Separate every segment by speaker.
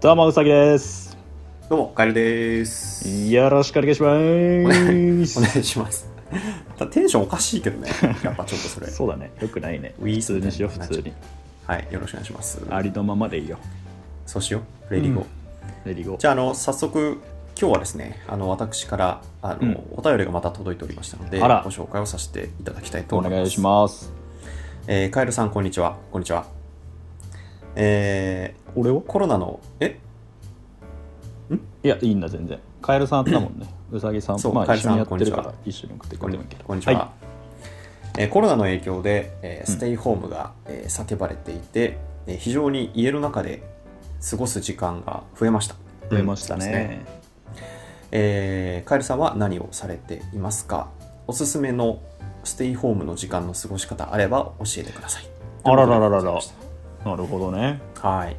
Speaker 1: どうもうさぎです
Speaker 2: どうも、カエルです。
Speaker 1: よろしくお願いしま
Speaker 2: お
Speaker 1: す
Speaker 2: 願いします。ただテンションおかしいけどね。 やっぱちょっとそれ。
Speaker 1: そうだねよくないね
Speaker 2: ウィー
Speaker 1: 普通にしよう普
Speaker 2: なっ
Speaker 1: 通
Speaker 2: ちゃ
Speaker 1: に
Speaker 2: はい、よろしくお願いします。
Speaker 1: ありのままでいいよ
Speaker 2: そうしよう。レディーゴー。
Speaker 1: レディーゴ
Speaker 2: じゃあ、あの、早速、今日はですね、あの、私から、あの、
Speaker 1: うん
Speaker 2: お便りがまた届いておりましたので、ご
Speaker 1: あら
Speaker 2: 紹介をさせていただきたいと
Speaker 1: お
Speaker 2: 思います。
Speaker 1: 願いします
Speaker 2: えーカエルさん、こんにちは。こんにちは。えー
Speaker 1: 俺は
Speaker 2: コロナの、え
Speaker 1: いやいいんだ全然カエルさんだもんねうさぎさん
Speaker 2: そう
Speaker 1: まあ
Speaker 2: カエル
Speaker 1: 一
Speaker 2: さ
Speaker 1: 緒
Speaker 2: ん
Speaker 1: にやってるか
Speaker 2: こん
Speaker 1: ら
Speaker 2: に
Speaker 1: 一緒に送ってく
Speaker 2: こん
Speaker 1: れて
Speaker 2: に
Speaker 1: もいいけど
Speaker 2: こんにちは、
Speaker 1: は
Speaker 2: えーコロナの影響で、えー
Speaker 1: うん
Speaker 2: ステイホームが、えー叫ばれていて、えー非常に家の中で過ごす時間が増えました
Speaker 1: い増えました
Speaker 2: うんそうです
Speaker 1: ね
Speaker 2: えーカエルさんは何をされていますかおすすめのステイホームの時間の過ごし方あれば教えてください
Speaker 1: あららららら
Speaker 2: ということでございまし
Speaker 1: なるほどね
Speaker 2: たはい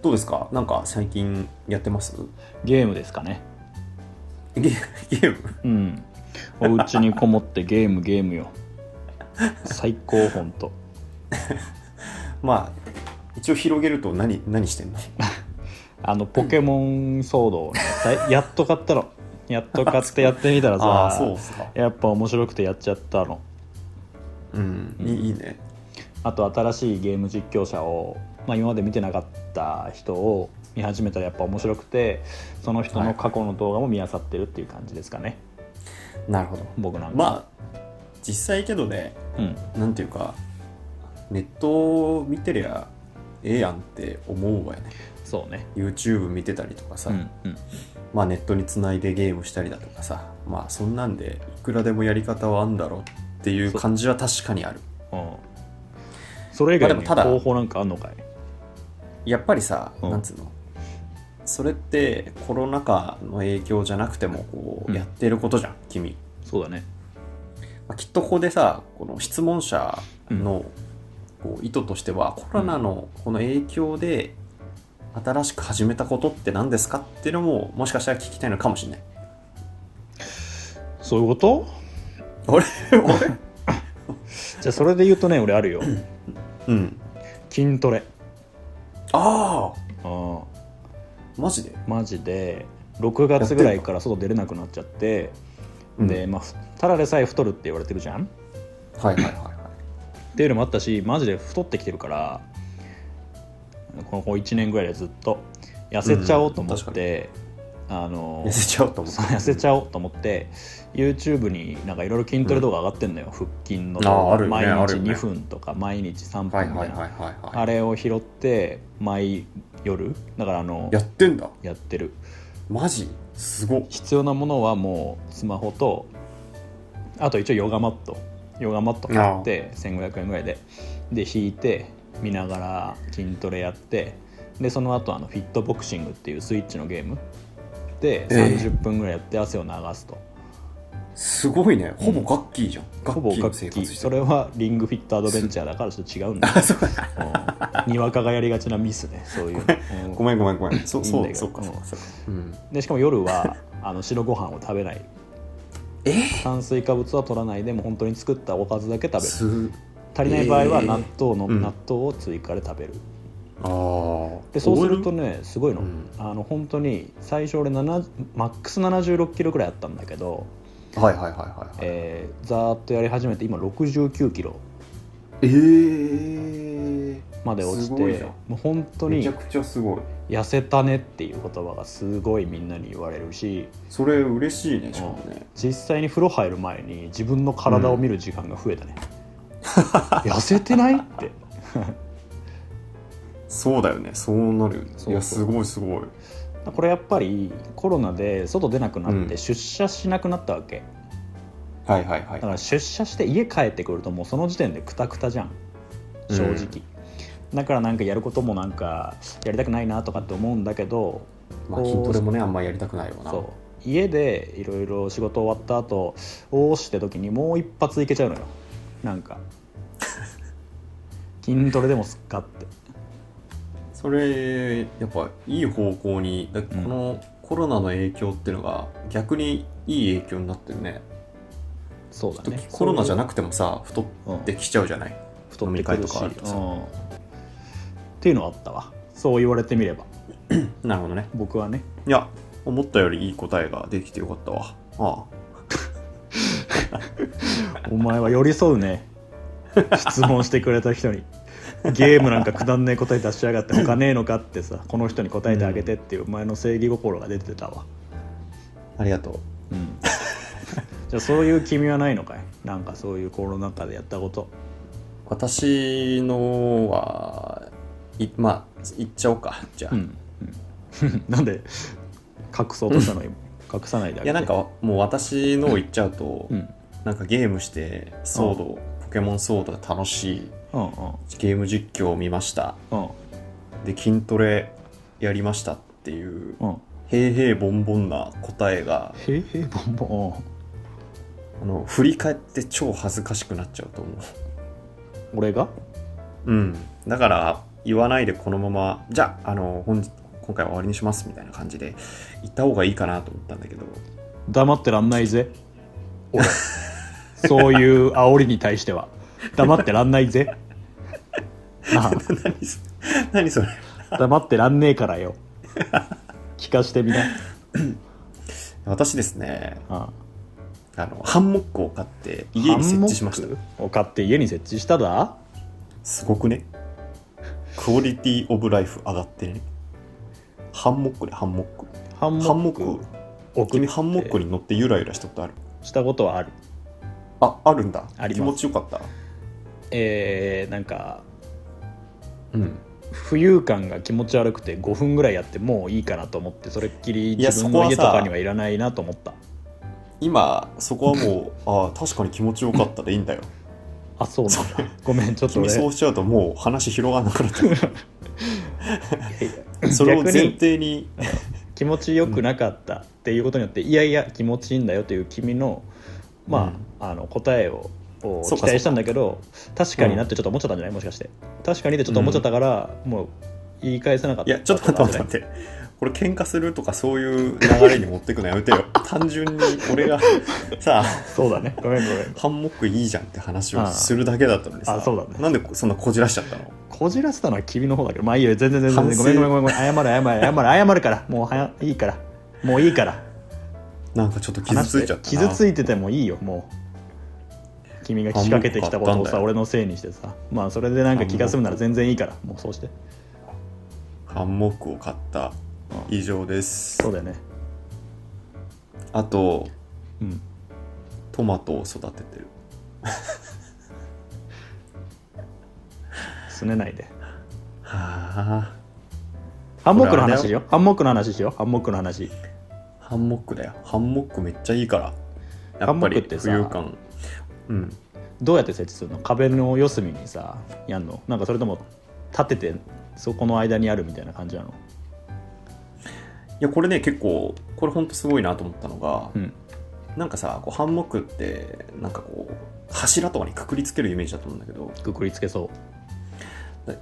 Speaker 2: どうですかなんか最近やってます
Speaker 1: ゲームですかね
Speaker 2: ゲゲーム
Speaker 1: うんお家にこもってゲームゲームよ最高ほんと
Speaker 2: まあ一応広げると何何してんの
Speaker 1: あのポケモン騒動をね、だいやっと買ったのやっと買ってやってみたら
Speaker 2: ああ
Speaker 1: さ
Speaker 2: ーそうっすか
Speaker 1: やっぱ面白くてやっちゃったの
Speaker 2: うんいいいいね
Speaker 1: あと新しいゲーム実況者を、まあ、今まで見てなかった人を見始めたらやっぱ面白くてその人の過去の動画も見あさってるっていう感じですかね、
Speaker 2: なるほど
Speaker 1: 僕なんか、
Speaker 2: まあ実際けどね
Speaker 1: うん、
Speaker 2: なんていうかネットを見てりゃええやんって思うわよね
Speaker 1: そうね
Speaker 2: YouTube 見てたりとかさ、
Speaker 1: うんうん
Speaker 2: まあネットにつないでゲームしたりだとかさまあそんなんでいくらでもやり方はあんだろうっていう感じは確かにある
Speaker 1: うんそれ以外
Speaker 2: まあ
Speaker 1: に
Speaker 2: でもただ
Speaker 1: 方法なんかあんのかい、
Speaker 2: やっぱりさ、
Speaker 1: うん
Speaker 2: なんつうのそれってコロナ禍の影響じゃなくてもこ
Speaker 1: う
Speaker 2: うんやってることじゃん、君、
Speaker 1: そうだね
Speaker 2: まあ、きっとここでさこの質問者のこう意図としては、コロナのこの影響で新しく始めたことって何ですかっていうのももしかしたら聞きたいのかもしれない。
Speaker 1: そういうこと
Speaker 2: あれ
Speaker 1: じゃあそれで言うとね俺ある よ
Speaker 2: うん。
Speaker 1: 筋トレ
Speaker 2: あ
Speaker 1: うん
Speaker 2: あマジで
Speaker 1: マジで6月ぐらいから外出れなくなっちゃって
Speaker 2: うん
Speaker 1: で、まあ、ふただでさえ太るって言われてるじゃんっ
Speaker 2: はいはいはいはい。
Speaker 1: ていうのもあったしマジで太ってきてるからこの1年ぐらいでずっと痩せちゃおうと思って、あの
Speaker 2: 痩せちゃおうと思う
Speaker 1: そう痩せちゃおうと思って YouTube になんかいろいろ筋トレ動画上がってんのよ、腹筋の動
Speaker 2: あーあ
Speaker 1: 画、
Speaker 2: るよ
Speaker 1: 毎
Speaker 2: ねあ
Speaker 1: 日
Speaker 2: るよね
Speaker 1: 2分とか毎日3分みた
Speaker 2: はいい
Speaker 1: な、
Speaker 2: はいはいはい
Speaker 1: あ
Speaker 2: は
Speaker 1: れを拾って毎夜だからあの
Speaker 2: い。やってんだ
Speaker 1: やってる
Speaker 2: マジすごっ
Speaker 1: 必要なものはもうスマホとあと一応ヨガマットヨガマット買って1500円ぐらいでで引いて見ながら筋トレやってでその後あのフィットボクシングっていうスイッチのゲームで
Speaker 2: ええ
Speaker 1: 30分ぐらいやって汗を流すと、
Speaker 2: すごいねほぼガッキーじゃん、ガ
Speaker 1: ほ
Speaker 2: ッ
Speaker 1: ぼ
Speaker 2: キー
Speaker 1: 楽
Speaker 2: の生活
Speaker 1: 器
Speaker 2: して
Speaker 1: そ
Speaker 2: る
Speaker 1: れはリングフィットアドベンチャーだからちょっと違うんだ
Speaker 2: あそうか
Speaker 1: うんにわかがやりがちなミスねそう いうのうん
Speaker 2: ごめんごめんごめんそ
Speaker 1: いういんだ
Speaker 2: そ
Speaker 1: けど
Speaker 2: うそうかそうかそうか、うん、
Speaker 1: でしかも夜 はあの白ご飯を食べない
Speaker 2: え
Speaker 1: 炭水化物は取らないでもう本当に作ったおかずだけ食べる
Speaker 2: す
Speaker 1: 足りない場合は
Speaker 2: えー
Speaker 1: 納豆の、
Speaker 2: うん
Speaker 1: 納豆を追加で食べる
Speaker 2: ああ
Speaker 1: でそうするとねすごいの,、
Speaker 2: うん
Speaker 1: あの本当に最初俺7マックス76キロぐらいあったんだけど、
Speaker 2: はいはいはいはい、はい
Speaker 1: えーざーっとやり始めて今69キロ
Speaker 2: えー、
Speaker 1: まで落ち
Speaker 2: すごいじ
Speaker 1: て
Speaker 2: ゃん
Speaker 1: もう本当
Speaker 2: め
Speaker 1: に
Speaker 2: ちゃくちゃすごい
Speaker 1: 痩せたねっていう言葉がすごいみんなに言われるし
Speaker 2: それ嬉しいねしかもね、
Speaker 1: 実際に風呂入る前に自分の体を見る時間が増えたね、痩せてないっ て
Speaker 2: そうだよねそうなるよね
Speaker 1: そうそう
Speaker 2: いやすごいすごい
Speaker 1: これやっぱりコロナで外出なくなっ
Speaker 2: う
Speaker 1: て
Speaker 2: ん
Speaker 1: 出社しなくなったわけ、
Speaker 2: はいはいは
Speaker 1: だ
Speaker 2: い
Speaker 1: から出社して家帰ってくるともうその時点でクタクタじゃん正直、だからなんかやることもなんかやりたくないなとかって思うんだけど
Speaker 2: まあ、筋トレもねあんまやりたくないよな
Speaker 1: そう家でいろいろ仕事終わった後おーして時にもう一発いけちゃうのよなん か筋トレでもすっかって
Speaker 2: それやっぱいい方向にだこのコロナの影響っていうのが逆にいい影響になってるね
Speaker 1: そうだね
Speaker 2: きっとコロナじゃ
Speaker 1: な
Speaker 2: なくてもさ太ってきちゃうじゃない、
Speaker 1: 太ってくるし
Speaker 2: 飲み会とかあるとさ
Speaker 1: うんっていうのはあったわそう言われてみれば
Speaker 2: なるほどね。
Speaker 1: 僕はね
Speaker 2: いや、思ったよりいい答えができてよかったわ。あ
Speaker 1: お前は寄り添うね質問してくれた人にゲームなんかくだんねえ答え出しやがって他ねえのかってさこの人に答えてあげてっていうお前の正義心が出てたわ
Speaker 2: あ、ありがとう。
Speaker 1: うん じゃあそういう君はないのかいなんかそういうコロナ禍でやったこと
Speaker 2: 私のは、いまあ、言っちゃおうか。じゃあ。
Speaker 1: うん、うんなんで隠そうとしたの今隠さないであげて
Speaker 2: いや、なんかもう私のを言っちゃうと、
Speaker 1: うん
Speaker 2: なんかゲームして、ソード、ポケモンソードが楽しい。
Speaker 1: うん
Speaker 2: ゲーム実況を見ました。
Speaker 1: うん
Speaker 2: で、筋トレやりましたっていう、
Speaker 1: うんうん
Speaker 2: 平々凡々な答えが、
Speaker 1: へえへえボンボン
Speaker 2: あの、振り返って超恥ずかしくなっちゃうと思う。
Speaker 1: うん俺が
Speaker 2: うん。だから、言わないでこのまま、じゃあ、あの、本日、今回は終わりにしますみたいな感じで、言った方がいいかなと思ったんだけど、
Speaker 1: 黙ってらんないぜ俺 そういう煽りに対しては黙ってらんない ぜな
Speaker 2: 何そ何それ
Speaker 1: あ黙ってらんねえからよ聞かしてみな
Speaker 2: 私ですね、
Speaker 1: ああ
Speaker 2: あの、ハンモックを買って家に設置しました
Speaker 1: ハン。モックを買って家に設置しただ
Speaker 2: すごくね。クオリティオブライフ上がってね。ハンモックでハンモック。
Speaker 1: ハン
Speaker 2: ハンモ
Speaker 1: モッ
Speaker 2: ック
Speaker 1: ク、置く
Speaker 2: 君ハンモックに乗ってゆらゆらしたことある
Speaker 1: したことはある
Speaker 2: あ、あるんだ
Speaker 1: あ。り
Speaker 2: 気
Speaker 1: ます
Speaker 2: 持ちよかった。
Speaker 1: えー、なんか
Speaker 2: うん。
Speaker 1: 浮遊感が気持ち悪くて5分ぐらいやってもういいかなと思ってそれっきり
Speaker 2: いや
Speaker 1: 自分の家と
Speaker 2: そこはさ
Speaker 1: かにはいらないなと思った
Speaker 2: 今、そこはもう、ああ、確かに気持ちよかったでいいんだよ。
Speaker 1: あそうなん
Speaker 2: そ
Speaker 1: だごめんちょっと
Speaker 2: 君
Speaker 1: 俺
Speaker 2: そうしちゃうともう話広がらなくなっ ちゃ。
Speaker 1: いやいうや
Speaker 2: それ を
Speaker 1: 逆
Speaker 2: 前
Speaker 1: に
Speaker 2: 提に、
Speaker 1: 気持ちよくなかったっていうことによって、いやいや気持ちいいんだよという君の,、まああの答えをを
Speaker 2: そ
Speaker 1: 期
Speaker 2: うかそうか
Speaker 1: 待したんだけど確かになってちょっと思っちゃったんじゃないもしかして確かにってちょっと思っちゃったから、もう言い返せなかっ
Speaker 2: い
Speaker 1: た
Speaker 2: や、ちょっと待って待って待って。これ喧嘩するとかそういう流れに持ってくのやめて よ。単純に俺がさ、
Speaker 1: そうだねごめんごめん
Speaker 2: ハンモックいいじゃんって話をするだけだったのにさ、
Speaker 1: あそうだね
Speaker 2: なんでこそんなこじらしちゃったの
Speaker 1: こじらせたのは君の方だけどまあいいよ全然全然ごめんごめんごめんごめん謝る謝る謝る謝るからもうはやいいからもういいから
Speaker 2: なんかちょっと傷ついちゃったな。
Speaker 1: 話して傷ついててもいいよもう君が仕掛けてきたことをさ
Speaker 2: あもう買ったんだよ
Speaker 1: 俺のせいにしてさまあそれでなんか気が済むなら全然いいからもうそうして
Speaker 2: ハンモックを買った以上です
Speaker 1: そう。だよね
Speaker 2: あと、
Speaker 1: うん
Speaker 2: トマトを育ててる。
Speaker 1: すねないで
Speaker 2: はあ、
Speaker 1: ハンモックの話しようハンモックの話しようハンモックの話
Speaker 2: ハンモックだよ。ハンモックめっちゃいいから。や
Speaker 1: ハ
Speaker 2: っ
Speaker 1: ンモ
Speaker 2: ぱ
Speaker 1: ック
Speaker 2: り
Speaker 1: ってさ
Speaker 2: 浮遊感。うん。
Speaker 1: どうやって設置するの壁の四隅にさやんのなんかそれとも立ててそこの間にあるみたいな感じなの
Speaker 2: いや、これね、結構、これほんとすごいなと思ったのが、
Speaker 1: うん
Speaker 2: なんかさこうハンモックってなんかこう柱とかにくくりつけるイメージだと思うんだけど
Speaker 1: くくりつけそ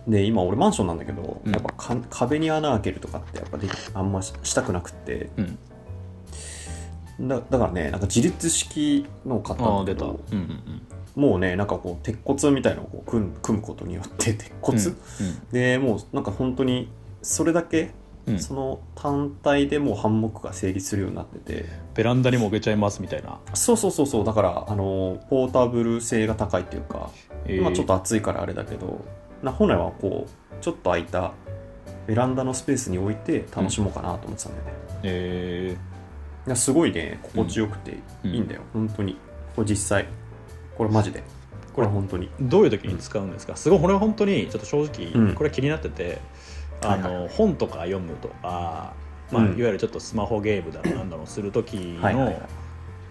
Speaker 2: で今俺マンションなんだけど、
Speaker 1: うん
Speaker 2: やっぱか壁に穴開けるとかってやっぱできあんまししたくなくって
Speaker 1: ううん
Speaker 2: だだからねなんか自立式のを買った
Speaker 1: あ
Speaker 2: ん
Speaker 1: あ
Speaker 2: だ
Speaker 1: 出
Speaker 2: け
Speaker 1: たうん
Speaker 2: ど
Speaker 1: うんうん
Speaker 2: もうねなんかこう鉄骨みたいなのをこう組む組むことによって 鉄骨、でもうなんか本当にそれだ
Speaker 1: う
Speaker 2: け、
Speaker 1: んうん
Speaker 2: その単体でもうハンモックが成立するようになってて
Speaker 1: ベランダにも置けちゃいますみたいな
Speaker 2: そうそうそうそうだからあのポータブル性が高いっていうか
Speaker 1: えー
Speaker 2: 今ちょっと暑いからあれだけどな本来はこうちょっと空いたベランダのスペースに置いて楽しもうかなと思ってたんだよね、
Speaker 1: え
Speaker 2: いやすごいね心地よくて
Speaker 1: うん
Speaker 2: いいんだよ、本当にこれ実際これマジでこれ本当に
Speaker 1: ーどういう時に使うんですかすごいこれ本当にちょっと正直
Speaker 2: うん
Speaker 1: これ気になってて、あ
Speaker 2: はいはい
Speaker 1: の本とか読むとか、まあ、い
Speaker 2: うん
Speaker 1: わゆるちょっとスマホゲームだろうなんだろうする時
Speaker 2: はいはいはい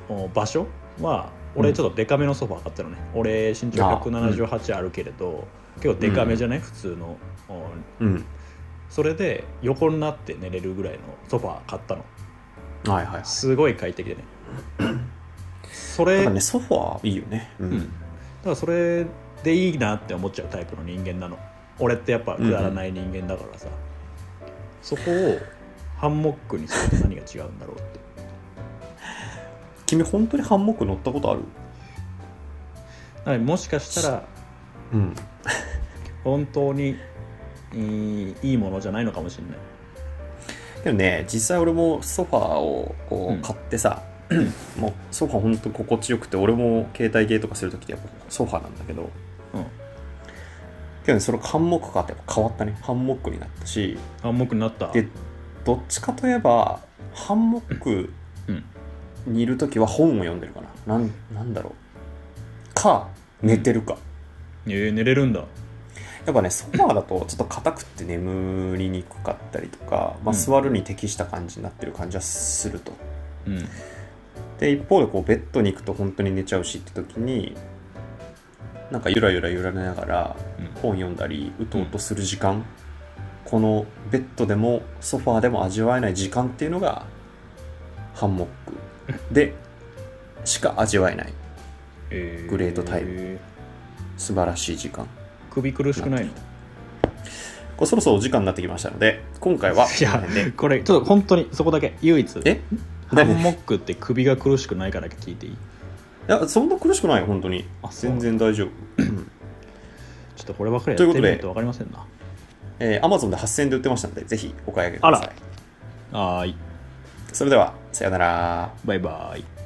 Speaker 1: のお場所は
Speaker 2: う
Speaker 1: 俺
Speaker 2: ん
Speaker 1: ちょっとデカめのソファー買ったのね俺身長
Speaker 2: あ
Speaker 1: 178あるけれど結構デカめじゃない普通のお
Speaker 2: うん
Speaker 1: それで横になって寝れるぐらいのソファー買ったの
Speaker 2: はいはいはい
Speaker 1: すごい快適で ねそ
Speaker 2: だ
Speaker 1: れだ
Speaker 2: から
Speaker 1: か
Speaker 2: ねソファーいいよねうん、
Speaker 1: うんらそれでいいなって思っちゃうタイプの人間なの俺ってやっぱくだらない人間だからさ、そこをハンモックにすると何が違うんだろうって
Speaker 2: 君本当にハンモック乗ったことある
Speaker 1: だからもしかしたら
Speaker 2: うん
Speaker 1: 本当にいいいいものじゃないのかもしれない
Speaker 2: でもね実際俺もソファーをこう買ってさ、 もうソファーほんと心地よくて俺も携帯ゲーとかする時ってやっぱソファーなんだけど
Speaker 1: うん
Speaker 2: けどねそのハンモックかってやっぱ変わったねハンモックになったし
Speaker 1: あ重くなった
Speaker 2: でどっちかといえばハンモック
Speaker 1: うん
Speaker 2: にいる時は本を読んでるかななんなんだろうか寝てるか、
Speaker 1: えー、寝れるんだ
Speaker 2: やっぱねソファーだとちょっと硬くて眠りにくかったりとか、まあ、
Speaker 1: うん
Speaker 2: 座るに適した感じになってる感じはすると。
Speaker 1: うん
Speaker 2: で一方でこうベッドに行くと本当に寝ちゃうしって時になんかゆらゆら揺られながら
Speaker 1: うん
Speaker 2: 本読んだりうとうとする時間、このベッドでもソファーでも味わえない時間っていうのがハンモックでしか味わえない
Speaker 1: え
Speaker 2: グレートタイ素晴らしい時間
Speaker 1: 首苦しくないの
Speaker 2: これそろそろお時間になってきましたので今回はこ
Speaker 1: い
Speaker 2: の
Speaker 1: や
Speaker 2: 辺で
Speaker 1: これちょっと本当にそこだけ唯一
Speaker 2: え
Speaker 1: ハンモックって首が苦しくないからだけ聞いていい
Speaker 2: いやそんな苦しくないよ本当に
Speaker 1: あそう
Speaker 2: 全然大丈夫、
Speaker 1: ちょっとこればっかりやってみ
Speaker 2: という
Speaker 1: ない
Speaker 2: ことで
Speaker 1: と分かりませんな
Speaker 2: えー、Amazon で8000円で売ってましたのでぜひお買い上げく
Speaker 1: あ
Speaker 2: だ
Speaker 1: ら
Speaker 2: さい
Speaker 1: はーい
Speaker 2: それではさよなら
Speaker 1: バイバイ